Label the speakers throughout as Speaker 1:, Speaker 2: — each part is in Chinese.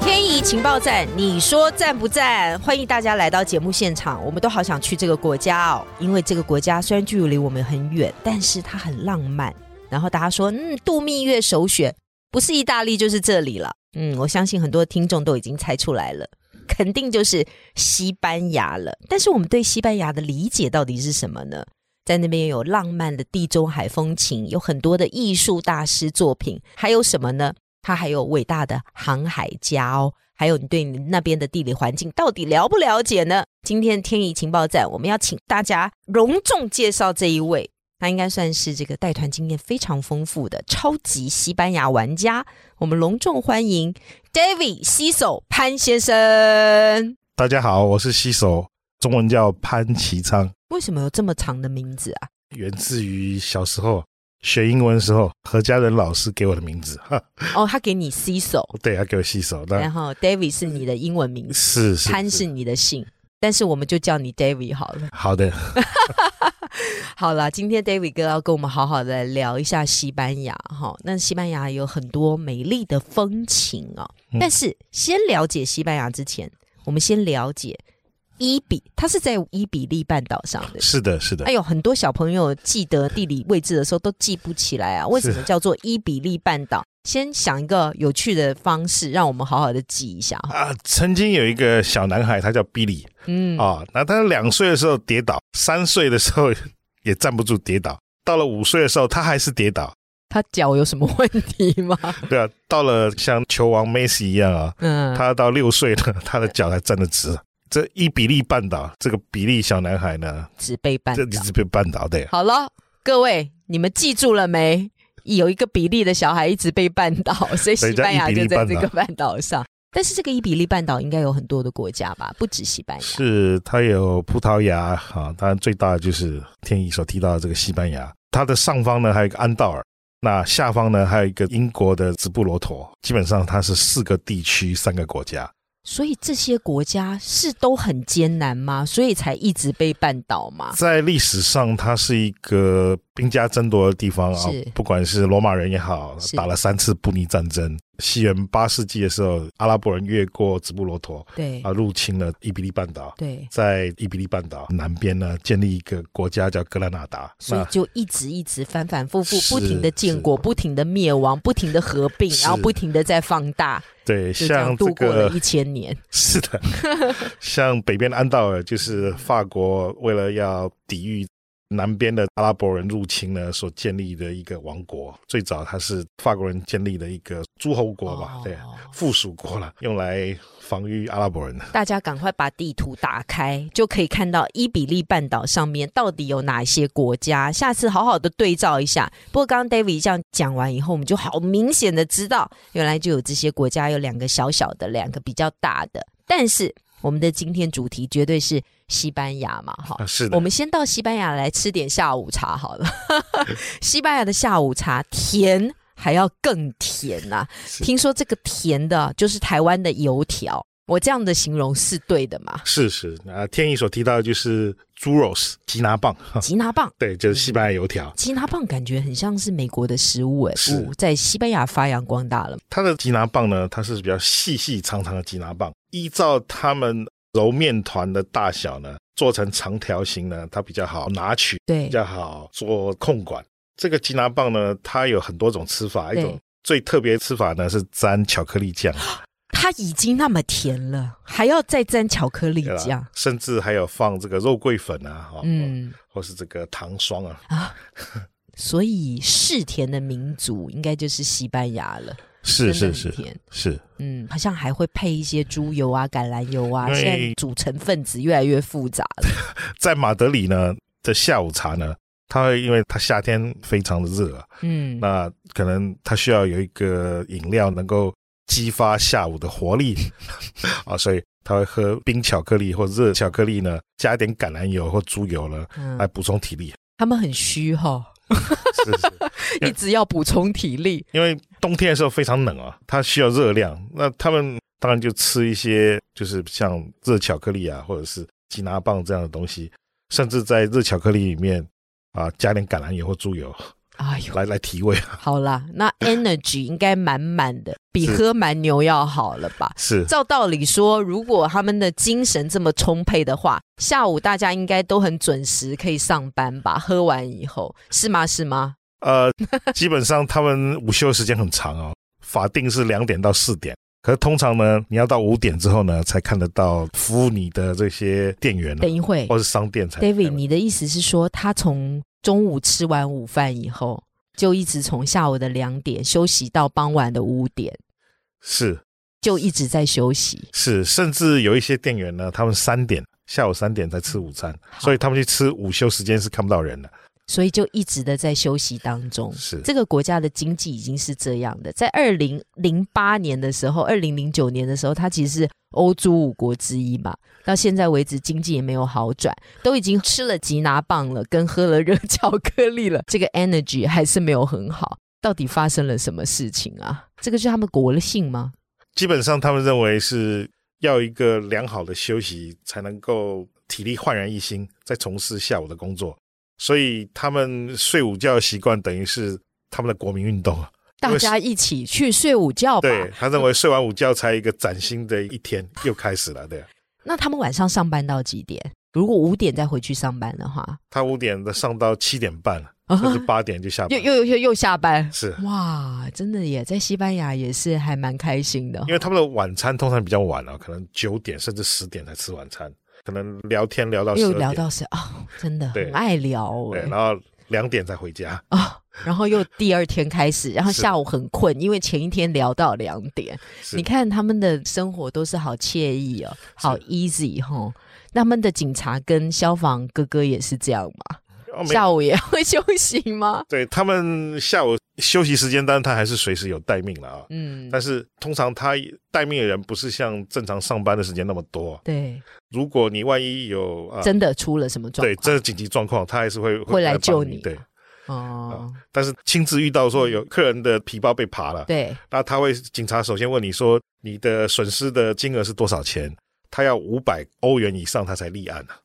Speaker 1: 天意情报站，你说赞不赞？欢迎大家来到节目现场，我们都好想去这个国家哦，因为这个国家虽然距离我们很远，但是它很浪漫。然后大家说，嗯，度蜜月首选不是意大利就是这里了。嗯，我相信很多听众都已经猜出来了， 肯定就是西班牙了。但是我们对西班牙的理解到底是什么呢？在那边有浪漫的地中海风情，有很多的艺术大师作品，还有什么呢？它还有伟大的航海家哦，还有你对你那边的地理环境到底了不了解呢？今天天意情报站，我们要请大家隆重介绍这一位，他应该算是这个带团经验非常丰富的超级西班牙玩家。我们隆重欢迎 David 西手潘先生。
Speaker 2: 大家好，我是西手，中文叫潘其昌，
Speaker 1: 为什么有这么长的名字啊？
Speaker 2: 源自于小时候学英文的时候，何家人老师给我的名字。 哈，
Speaker 1: 哦，他给你西手，
Speaker 2: 对，他给我西手，那
Speaker 1: 然后 David 是你的英文名字，
Speaker 2: 是是
Speaker 1: 潘是你的姓，但是我们就叫你 David 好了。
Speaker 2: 好的，
Speaker 1: 哎好啦，今天 David 哥要跟我们好好的聊一下西班牙哈。那西班牙有很多美丽的风情哦，
Speaker 2: 嗯
Speaker 1: 但是先了解西班牙之前，我们先了解伊比，它是在伊比利半岛上的。
Speaker 2: 是的，是的
Speaker 1: 哎，呦，很多小朋友记得地理位置的时候都记不起来啊！为什么叫做伊比利半岛？先想一个有趣的方式，让我们好好的记一下哈。
Speaker 2: 啊，曾经有一个小男孩，他叫比利
Speaker 1: 嗯，
Speaker 2: 啊，那他两岁的时候跌倒，三岁的时候也站不住跌倒，到了五岁的时候他还是跌倒，
Speaker 1: 他脚有什么问题吗？
Speaker 2: 对啊，到了像球王梅西一样啊，
Speaker 1: 嗯，
Speaker 2: 他到六岁了， 他的脚还站得直。这伊比利半岛这个比利小男孩呢，
Speaker 1: 只被半
Speaker 2: 这
Speaker 1: 岛
Speaker 2: 一。直被绊倒的。
Speaker 1: 好了，各位，你们记住了没？有一个比利的小孩一直被绊 倒，所以西班牙就在这个半岛上。但是这个伊比利半岛应该有很多的国家吧，不止西班牙。
Speaker 2: 是，它有葡萄牙啊，当然最大的就是天意所提到的这个西班牙。它的上方呢还有一个安道尔，那下方呢还有一个英国的直布罗陀。基本上它是四个地区三个国家。
Speaker 1: 所以这些国家是都很艰难吗？所以才一直被绊倒吗？
Speaker 2: 在历史上，它是一个兵家争夺的地方啊
Speaker 1: 是，
Speaker 2: 不管是罗马人也好
Speaker 1: 是，
Speaker 2: 打了三次布匿战争。西元八世纪的时候，阿拉伯人越过直布罗陀
Speaker 1: 对
Speaker 2: 啊，入侵了伊比利半岛。
Speaker 1: 对，
Speaker 2: 在伊比利半岛南边呢，建立一个国家叫格拉纳达。
Speaker 1: 所以就一直一直反反复复，
Speaker 2: 是
Speaker 1: 不停的建国，不停的灭亡，不停的合并，
Speaker 2: 是
Speaker 1: 然后不停的在放大，
Speaker 2: 对，
Speaker 1: 就这样
Speaker 2: 像这
Speaker 1: 度过了
Speaker 2: 个
Speaker 1: 一千年。
Speaker 2: 是的，像北边的安道尔就是法国为了要抵御南边的阿拉伯人入侵呢，所建立的一个王国。最早它是法国人建立的一个诸侯国吧，
Speaker 1: 哦
Speaker 2: 对，啊附属国了，用来防御阿拉伯人的。
Speaker 1: 大家赶快把地图打开，就可以看到伊比利半岛上面到底有哪些国家。下次好好的对照一下。不过刚刚 David 这样讲完以后，我们就好明显的知道，原来就有这些国家，有两个小小的，两个比较大的。但是我们的今天主题绝对是西班牙嘛，哈。
Speaker 2: 啊，是
Speaker 1: 我
Speaker 2: 的，
Speaker 1: 们先到西班牙来吃点下午茶好了。 西班牙的下午茶甜还要更甜呐、
Speaker 2: 是？
Speaker 1: 听说这个甜的，啊就是台湾的油条。我这样的形容是对的嘛
Speaker 2: 是是啊，天意所提到的就是猪肉丝吉拿棒，
Speaker 1: 吉拿棒，
Speaker 2: 对，就是西班牙油条。
Speaker 1: 吉拿棒感觉很像是美国的食物哎、
Speaker 2: 是
Speaker 1: 不在西班牙发扬光大了。
Speaker 2: 它的吉拿棒呢，它是比较细细长长的吉拿棒，依照他们揉面团的大小呢，做成长条形呢，它比较好拿取，
Speaker 1: 对
Speaker 2: 比，较好做控管。这个吉拿棒呢，它有很多种吃法，
Speaker 1: 对
Speaker 2: 一种最特别的吃法呢是沾巧克力酱，
Speaker 1: 它已经那么甜了，还要再沾巧克力
Speaker 2: 对吧
Speaker 1: 酱。
Speaker 2: 甚至还有放这个肉桂粉啊，哦、嗯，
Speaker 1: 嗯
Speaker 2: 或是这个糖霜啊，
Speaker 1: 啊，所以嗜甜的民族应该就是西班牙了，
Speaker 2: 是
Speaker 1: 真的
Speaker 2: 是
Speaker 1: 很
Speaker 2: 是
Speaker 1: 甜。
Speaker 2: 是，
Speaker 1: 嗯，好像还会配一些猪油啊、橄榄油啊。
Speaker 2: 因为
Speaker 1: 现在组成分子越来越复杂 了。
Speaker 2: 在马德里呢的下午茶呢，它会因为它夏天非常的热啊，
Speaker 1: 嗯，
Speaker 2: 那可能他需要有一个饮料能够激发下午的活力 啊，所以他会喝冰巧克力或热巧克力呢，加一点橄榄油或猪油呢，来
Speaker 1: 嗯，
Speaker 2: 补充体力。
Speaker 1: 他们很虚 哈，
Speaker 2: 是是，
Speaker 1: 一直要补充体力。
Speaker 2: 因为冬天的时候非常 冷啊，它需要热量。那他们当然就吃一些，就是像热巧克力啊，或者是吉拿棒这样的东西，甚至在热巧克力里面啊加点橄榄油或猪油
Speaker 1: 哎 呦，
Speaker 2: 来来提味。
Speaker 1: 好啦，那 energy 应该满满的，比
Speaker 2: 是
Speaker 1: 喝蛮牛要好了吧？
Speaker 2: 是
Speaker 1: 照道理说，如果他们的精神这么充沛的话，下午大家应该都很准时可以上班吧？喝完以后是吗？是吗？
Speaker 2: 呃，基本上他们午休时间很长哦，法定是两点到四点，可是通常呢，你要到五点之后呢，才看得到服务你的这些店员呢
Speaker 1: 等一会
Speaker 2: 或是商店才。
Speaker 1: ，David，你的意思是说，他从中午吃完午饭以后，就一直从下午的两点休息到傍晚的五点，
Speaker 2: 是
Speaker 1: 就一直在休息。
Speaker 2: 是，甚至有一些店员呢，他们三点下午三点才吃午餐，
Speaker 1: 好
Speaker 2: 所以他们去吃午休时间是看不到人的。
Speaker 1: 所以就一直的在休息当中。
Speaker 2: 是
Speaker 1: 这个国家的经济已经是这样的，在二零零八年的时候，二零零九年的时候，它其实是欧洲五国之一嘛。到现在为止，经济也没有好转，都已经吃了吉拿棒了，跟喝了热巧克力了，这 个 energy 还是没有很好。到底发生了什么事情啊？这个是他们国性吗？
Speaker 2: 基本上他们认为是要一个良好的休息才能够体力焕然一新，再从事下午的工作。所以他们睡午觉的习惯等于是他们的国民运动。因
Speaker 1: 大
Speaker 2: 为是
Speaker 1: 家一起去睡午觉吧。
Speaker 2: 对他认 为睡完午觉才一个崭新的一天又开始了。对
Speaker 1: 那他们晚上上班到几点？如果五点再回去上班的话，
Speaker 2: 他五点的上到七点半，
Speaker 1: 啊
Speaker 2: 甚至八点就下
Speaker 1: 又
Speaker 2: 班。
Speaker 1: 又又又下班，
Speaker 2: 是
Speaker 1: 哇，真的耶，在西班牙也是还蛮开心的哦
Speaker 2: 因。为他们的晚餐通常比较晚了、啊可能九点甚至十点才吃晚餐，可能聊天聊到十
Speaker 1: 又
Speaker 2: 二
Speaker 1: 聊
Speaker 2: 点，
Speaker 1: 到是哦，真的
Speaker 2: 对
Speaker 1: 很爱聊
Speaker 2: 对，
Speaker 1: 哎
Speaker 2: 然后两点才回家。
Speaker 1: 啊，然后又第二天开始，然后
Speaker 2: 是
Speaker 1: 下午很困，因为前一天聊到两点。
Speaker 2: 是
Speaker 1: 你看他们的生活都是好惬意哦，好 easy 吼。那他们的警察跟消防哥哥也是这样嘛？
Speaker 2: 哦没有
Speaker 1: 下午也会休息吗？
Speaker 2: 对他们下午休息时间，当然他还是随时有待命了啊。
Speaker 1: 嗯，
Speaker 2: 但是通常他待命的人不是像正常上班的时间那么多。啊
Speaker 1: 对，
Speaker 2: 如果你万一有啊，
Speaker 1: 真的出了什么状
Speaker 2: 对
Speaker 1: 况？
Speaker 2: 真的紧急状况，他还是会
Speaker 1: 会来救
Speaker 2: 帮
Speaker 1: 你
Speaker 2: 你。对，
Speaker 1: 哦，
Speaker 2: 但是亲自遇到说有客人的皮包被扒了，
Speaker 1: 对，
Speaker 2: 那他会警察首先问你说你的损失的金额是多少钱？他要五百欧元以上他才立案啊，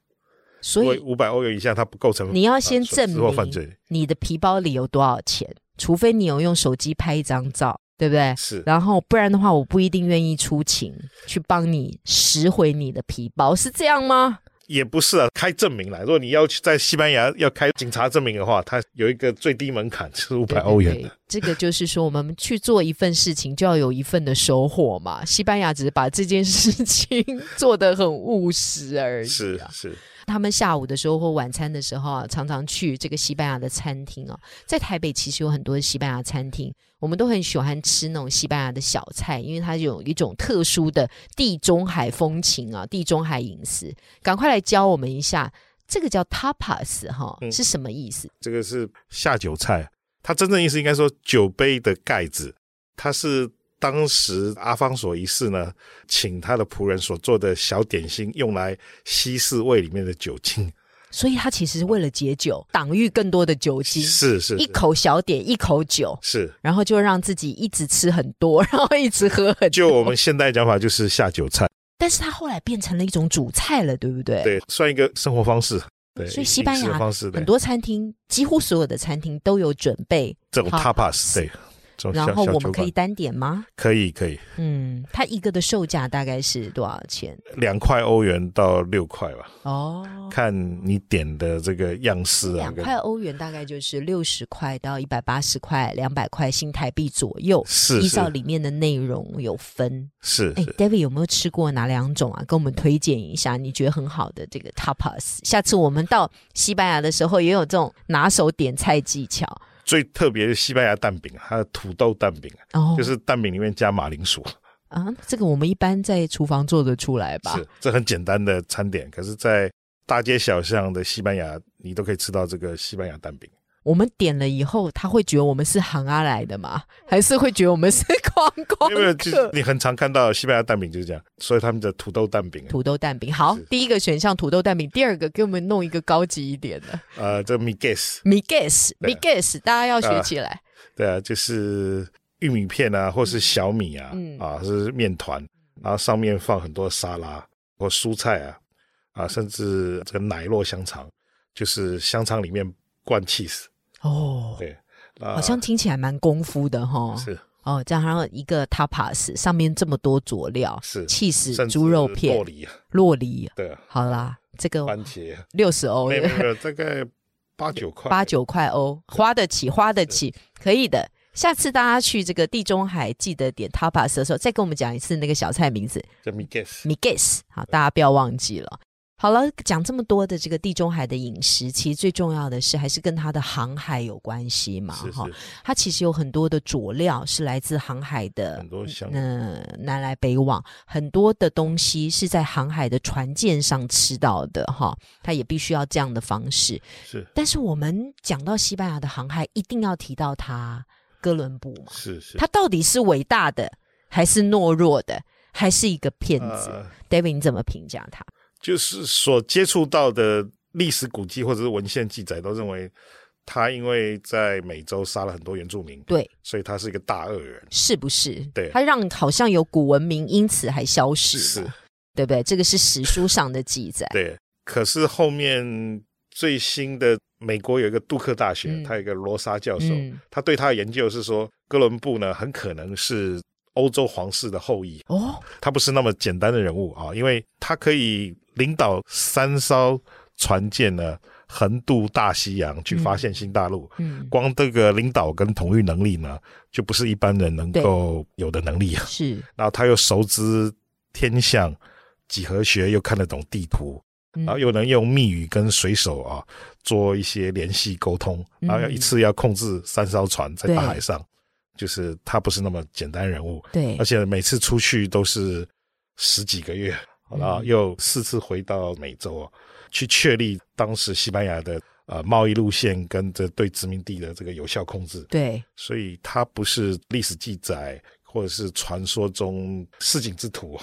Speaker 1: 所
Speaker 2: 因
Speaker 1: 以
Speaker 2: 为五百欧元以下他不构成
Speaker 1: 你要
Speaker 2: 啊
Speaker 1: 先
Speaker 2: 损
Speaker 1: 证
Speaker 2: 失
Speaker 1: 明
Speaker 2: 或犯罪
Speaker 1: 你的皮包里有多少钱，除非你有用手机拍一张照，对不对？
Speaker 2: 是
Speaker 1: 然后不然的话，我不一定愿意出勤去帮你拾回你的皮包，是这样吗？
Speaker 2: 也不是啊，开证明来。如果你要去在西班牙要开警察证明的话，它有一个最低门槛是五百欧元
Speaker 1: 对
Speaker 2: 的。，
Speaker 1: 这个就是说，我们去做一份事情，就要有一份的收获嘛。西班牙只是把这件事情 做得很务实而已、啊。
Speaker 2: 是是
Speaker 1: 他们下午的时候或晚餐的时候啊，常常去这个西班牙的餐厅啊。在台北其实有很多西班牙餐厅，我们都很喜欢吃那种西班牙的小菜，因为它有一种特殊的地中海风情啊，地中海饮食。赶快来教我们一下，这个叫 tapas 哈、
Speaker 2: 嗯
Speaker 1: 是什么意思？
Speaker 2: 这个是下酒菜，它真正意思应该说酒杯的盖子，它是当时阿方索一世呢，请他的仆人所做的小点心，用来稀释胃里面的酒精。
Speaker 1: 所以它其实是为了解酒，挡御更多的酒精，
Speaker 2: 是 是
Speaker 1: 一口小点，一口酒。
Speaker 2: 是，
Speaker 1: 然后就让自己一直吃很多， 然后一直喝很多。
Speaker 2: 就我们现代讲法就是下酒菜，
Speaker 1: 但是它后来变成了一种主菜了，对不对？
Speaker 2: 对，算一个生活方式。对，
Speaker 1: 所以西班牙
Speaker 2: 饮食的方式对
Speaker 1: 很多餐厅，几乎所有的餐厅都有准备，
Speaker 2: 这种
Speaker 1: tapas
Speaker 2: tapas，对，这哦种小
Speaker 1: 然后
Speaker 2: 小
Speaker 1: 我
Speaker 2: 酒
Speaker 1: 们可以
Speaker 2: 馆
Speaker 1: 单点吗？
Speaker 2: 可以可以。
Speaker 1: 嗯，它一个的售价大概是多少钱？
Speaker 2: 两块欧元到六块吧，
Speaker 1: 哦，
Speaker 2: 看你点的这个样式啊
Speaker 1: 两。块欧元大概就是六十块到一百八十块、两百块新台币左右
Speaker 2: 跟，是
Speaker 1: 依
Speaker 2: 是
Speaker 1: 照里面的内容有分。
Speaker 2: 是
Speaker 1: 哎
Speaker 2: 是
Speaker 1: ，David 有没有吃过哪两种啊？跟我们推荐一下，你觉得很好的这个 tapas。下次我们到西班牙的时候，也有这种拿手点菜技巧。
Speaker 2: 最特别的西班牙蛋饼，它的土豆蛋饼
Speaker 1: 哦，
Speaker 2: 就是蛋饼里面加马铃薯，
Speaker 1: 啊，这个我们一般在厨房做得出来吧？
Speaker 2: 是这很简单的餐点，可是，在大街小巷的西班牙，你都可以吃到这个西班牙蛋饼。
Speaker 1: 我们点了以后，他会觉得我们是行阿、来的吗？还是会觉得我们是观光
Speaker 2: 嗯因为就是
Speaker 1: 客？
Speaker 2: 你很常看到西班牙蛋饼就是这样，所以他们的土豆蛋饼，
Speaker 1: 土豆蛋饼，好
Speaker 2: 是，
Speaker 1: 第一个选项土豆蛋饼，第二个给我们弄一个高级一点的
Speaker 2: 呃，这 migas，对
Speaker 1: migas，migas，大家要学起来。
Speaker 2: 对啊，就是玉米片啊，或是小米啊，
Speaker 1: 嗯
Speaker 2: 啊是面团，然后上面放很多沙拉或蔬菜啊，啊，甚至这个奶酪香肠，就是香肠里面灌 cheese，
Speaker 1: 哦，
Speaker 2: 对，啊
Speaker 1: 好像听起来蛮功夫的哈。
Speaker 2: 是
Speaker 1: 哦，这样然后一个 tapas 上面这么多佐料，
Speaker 2: 是
Speaker 1: 气死
Speaker 2: 甚至
Speaker 1: 猪肉
Speaker 2: 洛
Speaker 1: 片、
Speaker 2: 梨啊，
Speaker 1: 洛梨，
Speaker 2: 对啊，
Speaker 1: 好啦，这个
Speaker 2: 番茄啊，
Speaker 1: 六十欧
Speaker 2: 没，有没有没有，大概八九
Speaker 1: 哦
Speaker 2: 块，
Speaker 1: 八九块欧，花得起，花得起，可以的。下次大家去这个地中海，记得点 tapas 的时候，再跟我们讲一次那个小菜名字
Speaker 2: 叫 migas，
Speaker 1: migas，好，大家不要忘记了。好了，讲这么多的这个地中海的饮食，其实最重要的是还是跟它的航海有关系嘛，
Speaker 2: 是
Speaker 1: 哈。
Speaker 2: 是
Speaker 1: 它其实有很多的佐料是来自航海的
Speaker 2: 很，多香
Speaker 1: 嗯、南来北往，很多的东西是在航海的船舰上吃到的哈，它也必须要这样的方式。
Speaker 2: 是
Speaker 1: 但是我们讲到西班牙的航海，一定要提到他哥伦布嘛，
Speaker 2: 是是，
Speaker 1: 他到底是伟大的，还是懦弱的，还是一个骗子、
Speaker 2: 呃
Speaker 1: d a v i d 你怎么评价他？
Speaker 2: 就是所接触到的历史古迹或者是文献记载，都认为他因为在美洲杀了很多原住民，
Speaker 1: 对，
Speaker 2: 所以他是一个大恶人。
Speaker 1: 是不是？
Speaker 2: 对
Speaker 1: 他让好像有古文明，因此还消失
Speaker 2: 是
Speaker 1: 嘛，对不对？这个是史书上的记载。
Speaker 2: 对。可是后面最新的美国有一个杜克大学，
Speaker 1: 嗯
Speaker 2: 他有一个罗莎教授，
Speaker 1: 嗯
Speaker 2: 他对他的研究是说，哥伦布呢很可能是欧洲皇室的后裔，
Speaker 1: 哦，
Speaker 2: 他不是那么简单的人物啊，因为他可以领导三艘船舰呢横渡大西洋去发现新大陆。
Speaker 1: 嗯，
Speaker 2: 光这个领导跟统御能力呢，就不是一般人能够有的能力。啊
Speaker 1: 是，
Speaker 2: 然后他又熟知天象、几何学，又看得懂地图，
Speaker 1: 嗯
Speaker 2: 然后又能用密语跟水手啊做一些联系沟通，
Speaker 1: 嗯
Speaker 2: 然后要一次要控制三艘船在
Speaker 1: 对
Speaker 2: 大海上，就是他不是那么简单人物，
Speaker 1: 对
Speaker 2: 而，且每次出去都是十几个月，
Speaker 1: 嗯
Speaker 2: 然后又四次回到美洲啊，去确立当时西班牙的呃贸易路线跟这对殖民地的这个有效控制，
Speaker 1: 对，
Speaker 2: 所以他不是历史记载或者是传说中市井之徒，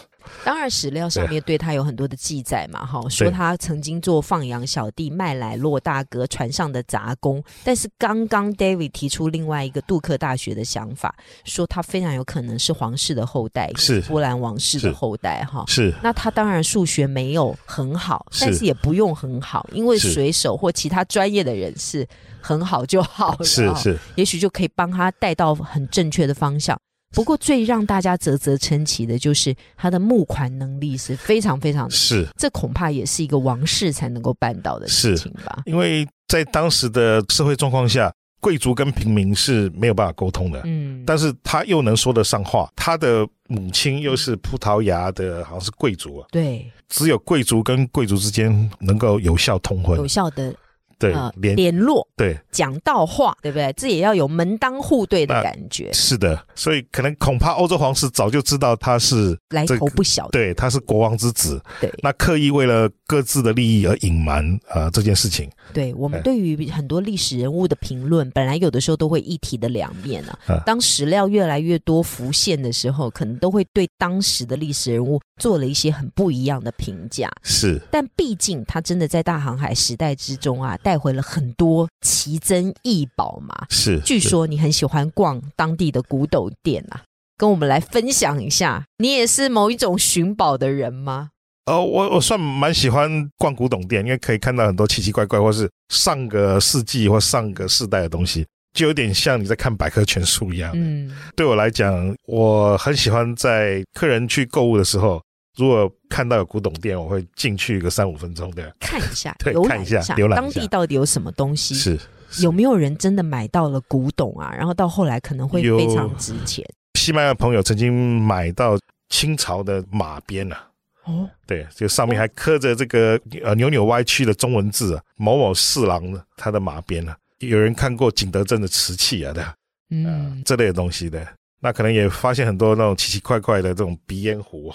Speaker 1: 当然史料上面对他有很多的记载嘛，哈，说他曾经做放羊小弟、麦莱洛大哥船上的杂工。但是刚刚 David 提出另外一个杜克大学的想法，说他非常有可能是皇室的后代，
Speaker 2: 是
Speaker 1: 波兰王室的
Speaker 2: 是
Speaker 1: 后代，哈。
Speaker 2: 是
Speaker 1: 那他当然数学没有很好，
Speaker 2: 是
Speaker 1: 但是也不用很好，因为
Speaker 2: 是
Speaker 1: 水手或其他专业的人士很好就好了。哈
Speaker 2: 是
Speaker 1: 也许就可以帮他带到很正确的方向。不过最让大家啧啧称奇的就是他的募款能力是非常非常的，
Speaker 2: 是，
Speaker 1: 这恐怕也是一个王室才能够办到的事情吧？
Speaker 2: 因为在当时的社会状况下，贵族跟平民是没有办法沟通的。
Speaker 1: 嗯，
Speaker 2: 但是他又能说得上话，他的母亲又是葡萄牙的，好像是贵族啊，
Speaker 1: 对，
Speaker 2: 只有贵族跟贵族之间能够有效通婚
Speaker 1: 有，效的
Speaker 2: 对
Speaker 1: 呃，
Speaker 2: 连
Speaker 1: 联络，
Speaker 2: 对
Speaker 1: 讲到话，对不对？这也要有门当户对的感觉，
Speaker 2: 是的，所以可能恐怕欧洲皇室早就知道他是
Speaker 1: 来
Speaker 2: 这
Speaker 1: 头
Speaker 2: 个
Speaker 1: 不小的，
Speaker 2: 对他是国王之子，
Speaker 1: 对
Speaker 2: 那刻意为了各自的利益而隐瞒啊、呃这件事情，
Speaker 1: 对我们
Speaker 2: 哎
Speaker 1: 对于很多历史人物的评论，本来有的时候都会一体的两面啊
Speaker 2: 啊。
Speaker 1: 当史料越来越多浮现的时候，可能都会对当时的历史人物做了一些很不一样的评价。
Speaker 2: 是
Speaker 1: 但毕竟他真的在大航海时代之中啊，带回了很多奇珍异宝嘛。
Speaker 2: 是。
Speaker 1: 据
Speaker 2: 是
Speaker 1: 说你很喜欢逛当地的古董店啊，跟我们来分享一下，你也是某一种寻宝的人吗？
Speaker 2: 哦，我我算蛮喜欢逛古董店，因为可以看到很多奇奇怪怪或是上个世纪或上个世代的东西，就有点像你在看百科全书一样。
Speaker 1: 嗯，
Speaker 2: 对我来讲，我很喜欢在客人去购物的时候，如果看到有古董店，我会进去个三五分钟的。
Speaker 1: 看一下，
Speaker 2: 对
Speaker 1: 浏览
Speaker 2: 看
Speaker 1: 一
Speaker 2: 一下
Speaker 1: 下
Speaker 2: 浏览一
Speaker 1: 当地
Speaker 2: 下
Speaker 1: 到底有什么东西，
Speaker 2: 是是
Speaker 1: 有没有人真的买到了古董啊？然后到后来可能会
Speaker 2: 有
Speaker 1: 非常值钱
Speaker 2: 西班牙朋友曾经买到清朝的马鞭啊，
Speaker 1: 哦。
Speaker 2: 对，就上面还刻着这个呃扭扭歪曲的中文字、啊，某某侍郎的他的马鞭啊。有人看过景德镇的瓷器啊，对吧？呃
Speaker 1: 嗯，
Speaker 2: 这类的东西的。那可能也发现很多那种奇奇怪怪的这种鼻烟壶，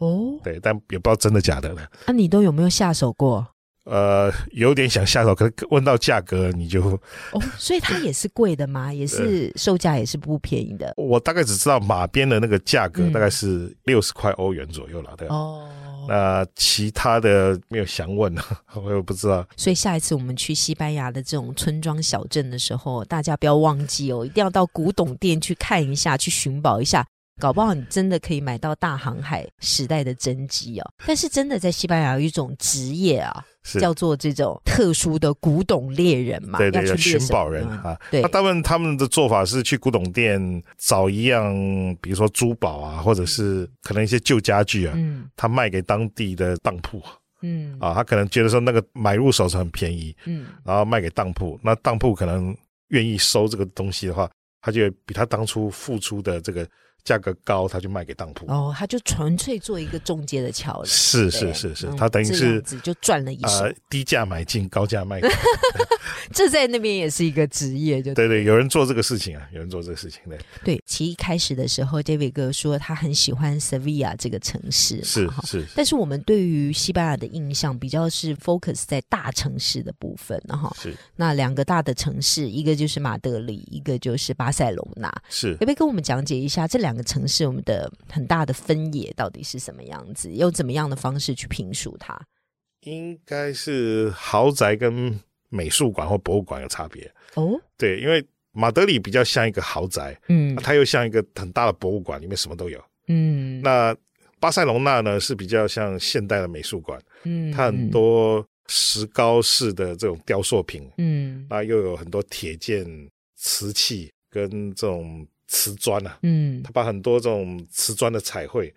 Speaker 1: 哦，
Speaker 2: 对，但也不知道真的假的了。
Speaker 1: 那、你都有没有下手过？
Speaker 2: 呃，有点想下手，可是问到价格你就，
Speaker 1: 哦，所以它也是贵的吗？也是售价也是不便宜的
Speaker 2: 我大概只知道马鞭的那个价格
Speaker 1: 嗯
Speaker 2: 大概是六十块欧元左右了，对吧？啊
Speaker 1: 哦。
Speaker 2: 那其他的没有详问啊， 我也不知道。
Speaker 1: 所以下一次我们去西班牙的这种村庄小镇的时候，大家不要忘记哦，一定要到古董店去看一下，去寻宝一下。搞不好你真的可以买到大航海时代的真迹哦。但是真的在西班牙有一种职业啊，
Speaker 2: 是
Speaker 1: 叫做这种特殊的古董猎人嘛，
Speaker 2: 对对，
Speaker 1: 要
Speaker 2: 有
Speaker 1: 去猎
Speaker 2: 寻
Speaker 1: 什
Speaker 2: 宝
Speaker 1: 么
Speaker 2: 人
Speaker 1: 呢
Speaker 2: 啊。
Speaker 1: 对
Speaker 2: 那他们他们的做法是去古董店找一样，比如说珠宝啊，或者是可能一些旧家具啊，
Speaker 1: 嗯
Speaker 2: 他卖给当地的当铺
Speaker 1: 嗯
Speaker 2: 啊，他可能觉得说那个买入手是很便宜，
Speaker 1: 嗯，
Speaker 2: 然后卖给当铺，那当铺可能愿意收这个东西的话，他就比他当初付出的这个价格高，他就卖给当铺。
Speaker 1: 哦，他就纯粹做一个中介的桥梁。
Speaker 2: 是是
Speaker 1: 对
Speaker 2: 是是
Speaker 1: 嗯，
Speaker 2: 他等于
Speaker 1: 这
Speaker 2: 是
Speaker 1: 样子就赚了一手，
Speaker 2: 呃低价买 进，高价卖给。
Speaker 1: 这在那边也是一个职业，就
Speaker 2: 对对，有人做这个事情啊，有人做这个事 情的。
Speaker 1: 对，其实一开始的时候，David 哥说他很喜欢 Sevilla 这个城市嘛，
Speaker 2: 是
Speaker 1: 哈
Speaker 2: 是
Speaker 1: 但是我们对于西班牙的印象比较是 focus 在大城市的部分，然后
Speaker 2: 是
Speaker 1: 那两个大的城市，一个就是马德里，一个就是巴塞隆纳。
Speaker 2: 是
Speaker 1: 可不可以跟我们讲解一下这两个城市我们的很大的分野到底是什么样子，用怎么样的方式去评述它？
Speaker 2: 应该是豪宅跟美术馆或博物馆有差别。
Speaker 1: 哦，
Speaker 2: 对，因为马德里比较像一个豪宅，
Speaker 1: 嗯
Speaker 2: 它又像一个很大的博物馆，里面什么都有。
Speaker 1: 嗯，
Speaker 2: 那巴塞隆纳呢是比较像现代的美术馆，
Speaker 1: 嗯
Speaker 2: 它很，多石膏式的这种雕塑品，
Speaker 1: 嗯
Speaker 2: 那又有很多铁件、瓷器跟这种瓷砖啊，
Speaker 1: 嗯
Speaker 2: 他把很多这种瓷砖的彩绘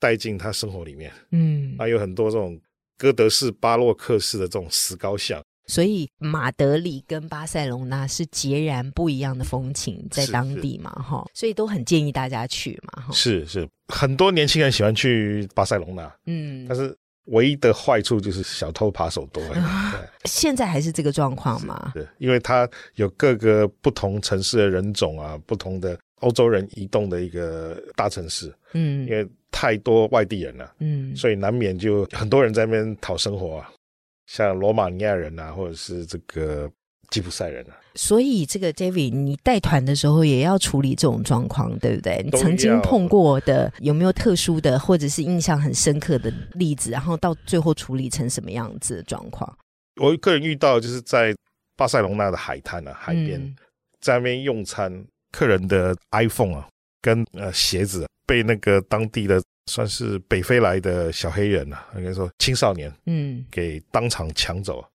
Speaker 2: 带进他生活里面。
Speaker 1: 嗯，
Speaker 2: 那有很多这种哥德式、巴洛克式的这种石膏像，
Speaker 1: 所以马德里跟巴塞隆纳是截然不一样的风情，在
Speaker 2: 是
Speaker 1: 当
Speaker 2: 是
Speaker 1: 地嘛，哈，所以都很建议大家去嘛，哈，
Speaker 2: 是是，很多年轻人喜欢去巴塞隆纳，
Speaker 1: 嗯
Speaker 2: 但，是唯一的坏处就是小偷扒手多而已。 对
Speaker 1: 现在还是这个状况嘛，
Speaker 2: 对，因为它有各个不同城市的人种啊，不同的欧洲人移动的一个大城市，因
Speaker 1: 嗯
Speaker 2: 为太多外地人了、
Speaker 1: 嗯，
Speaker 2: 所以难免就很多人在那边讨生活啊，像罗马尼亚人啊，或者是这个吉普赛人啊，
Speaker 1: 所以这个 David，你带团的时候也要处理这种状况，对不对？你
Speaker 2: 都
Speaker 1: 曾经
Speaker 2: 要
Speaker 1: 碰过的有没有特殊的，或者是印象很深刻的例子？然后到最后处理成什么样子的状况？
Speaker 2: 我个人遇到就是在巴塞隆纳的海滩啊，海边、
Speaker 1: 嗯
Speaker 2: 在那边用餐，客人的 iPhone 啊，跟呃鞋子啊、被那个当地的算是北非来的小黑人啊，应该说青少年
Speaker 1: 嗯，
Speaker 2: 给当场抢走啊。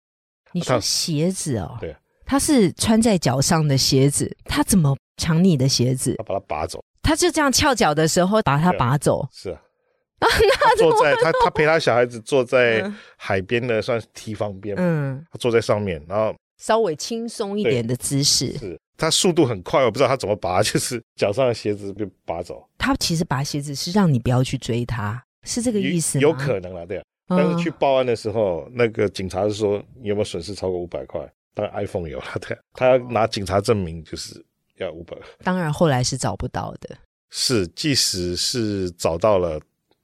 Speaker 1: 你说
Speaker 2: 他
Speaker 1: 鞋子哦，
Speaker 2: 对，
Speaker 1: 他是穿在脚上的鞋子，他怎么抢你的鞋子
Speaker 2: 他？把他拔走，
Speaker 1: 他就这样翘脚的时候把它
Speaker 2: 对
Speaker 1: 拔走，
Speaker 2: 是啊，他坐在他他陪他小孩子坐在
Speaker 1: 嗯
Speaker 2: 海边的算是堤防边，
Speaker 1: 嗯，
Speaker 2: 他坐在上面，然后
Speaker 1: 稍微轻松一点的姿势。
Speaker 2: 是他速度很快，我不知道他怎么拔，就是脚上的鞋子被拔走，
Speaker 1: 他其实拔鞋子是让你不要去追他，是这个意思吗？
Speaker 2: 有有可能啦，对啊。
Speaker 1: 嗯，
Speaker 2: 但是去报案的时候，那个警察是说你有没有损失超过五百块？当然 iPhone 有了，对，啊他要拿警察证明就是要五百。
Speaker 1: 当然后来是找不到的。
Speaker 2: 是，即使是找到了，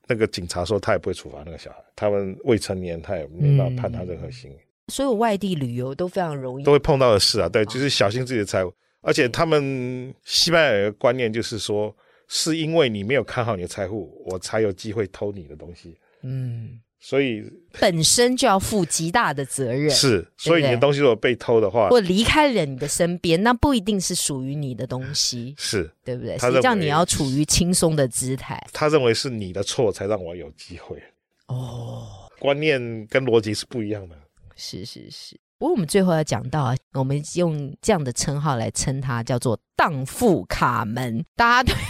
Speaker 2: 那个警察说他也不会处罚那个小孩，他们未成年，他也没办法判他任何行为，
Speaker 1: 所有外地旅游都非常容易
Speaker 2: 都，会碰到的事啊。对，
Speaker 1: 哦
Speaker 2: 就是小心自己的财物。而且他们西班牙有一个观念就是说，是因为你没有看好你的财物，我才有机会偷你的东西。
Speaker 1: 嗯，
Speaker 2: 所以
Speaker 1: 本身就要负极大的责任。。
Speaker 2: 是，啊所以你的东西如果被偷的话，
Speaker 1: 或离开了你的身边，那不一定是属于你的东西，
Speaker 2: 是
Speaker 1: 对不对？
Speaker 2: 他
Speaker 1: 谁叫
Speaker 2: 认为
Speaker 1: 你要处于轻松的姿态？
Speaker 2: 他认为是你的错才让我有机会，
Speaker 1: 哦，
Speaker 2: 观念跟逻辑是不一样的。
Speaker 1: 是是是。不过我们最后要讲到啊，我们用这样的称号来称她，叫做“荡妇卡门”。大家对
Speaker 2: 啊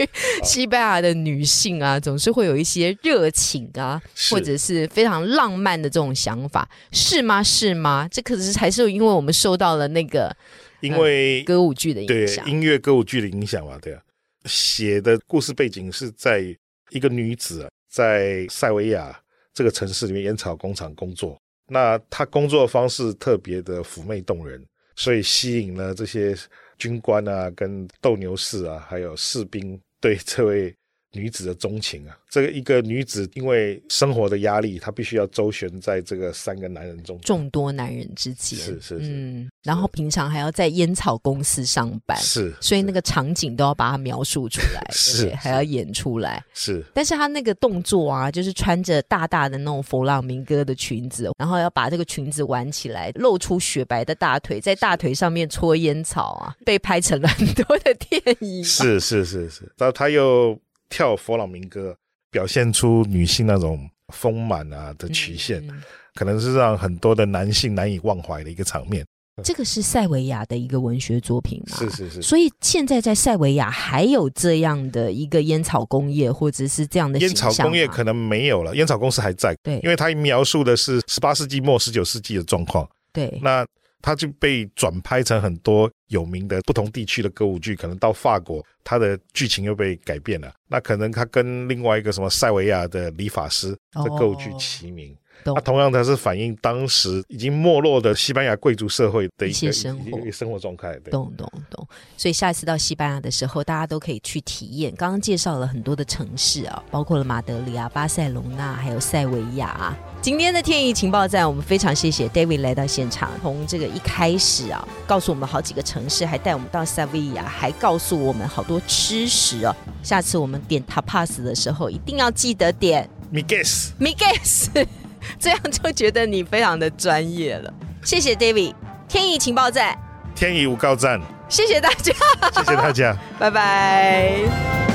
Speaker 1: 于 西班牙的女性啊，总是会有一些热情啊，
Speaker 2: 是
Speaker 1: 或者是非常浪漫的这种想法，是吗？是吗？这可是还是因为我们受到了那个
Speaker 2: 因为、
Speaker 1: 歌舞剧的影
Speaker 2: 对
Speaker 1: 响。
Speaker 2: 音乐歌舞剧的影响嘛，对啊，写的故事背景是在一个女子、啊、在塞维亚这个城市里面烟草工厂工作，那她工作方式特别的妩媚动人，所以吸引了这些军官啊、跟斗牛士啊，还有士兵对这位女子的钟情啊。这个一个女子因为生活的压力，她必须要周旋在这个三个男人中间。
Speaker 1: 众多男人之间，
Speaker 2: 是是是
Speaker 1: 嗯，然后平常还要在烟草公司上班，
Speaker 2: 是
Speaker 1: 所以那个场景都要把它描述出 来，
Speaker 2: 是
Speaker 1: 而且还要演出来。
Speaker 2: 是
Speaker 1: 但是他那个动作啊，就是穿着大大的那种佛朗明哥的裙子，然后要把这个裙子挽起来，露出雪白的大腿，在大腿上面搓烟草啊，被拍成了很多的电影。啊
Speaker 2: 是是是是，然后她又跳佛朗明哥，表现出女性那种丰满啊的曲线，
Speaker 1: 嗯
Speaker 2: 可能是让很多的男性难以忘怀的一个场面。
Speaker 1: 这个是塞维亚的一个文学作品嘛？
Speaker 2: 是是是，
Speaker 1: 所以现在在塞维亚还有这样的一个烟草工业，或者是这样的
Speaker 2: 烟
Speaker 1: 形
Speaker 2: 草
Speaker 1: 象
Speaker 2: 工业
Speaker 1: 吗
Speaker 2: 可能没有了，烟草公司还在，
Speaker 1: 对
Speaker 2: 因为它描述的是十八世纪末十九世纪的状况，
Speaker 1: 对
Speaker 2: 那它就被转拍成很多有名的不同地区的歌舞剧，可能到法国，它的剧情又被改变了，那可能它跟另外一个什么塞维亚的理发师
Speaker 1: 哦
Speaker 2: 这歌舞剧齐名。
Speaker 1: 懂
Speaker 2: 它同样，它是反映当时已经没落的西班牙贵族社会的一
Speaker 1: 一
Speaker 2: 个
Speaker 1: 些生活
Speaker 2: 一个生活状态。对，
Speaker 1: 懂懂懂，所以下一次到西班牙的时候，大家都可以去体验。刚刚介绍了很多的城市啊，包括了马德里啊、巴塞隆纳，还有塞维亚啊。今天的天意情报站，我们非常谢谢 David 来到现场，从这个一开始啊，告诉我们好几个城市，还带我们到塞维亚，还告诉我们好多吃食哦、下次我们点 tapas 的时候，一定要记得点
Speaker 2: m i g u e s
Speaker 1: Migues，这 样就觉得你非常的专业了。谢谢 David，天意情报站，
Speaker 2: 天意无告站，
Speaker 1: 谢谢大家。
Speaker 2: 谢谢大家。
Speaker 1: 拜拜。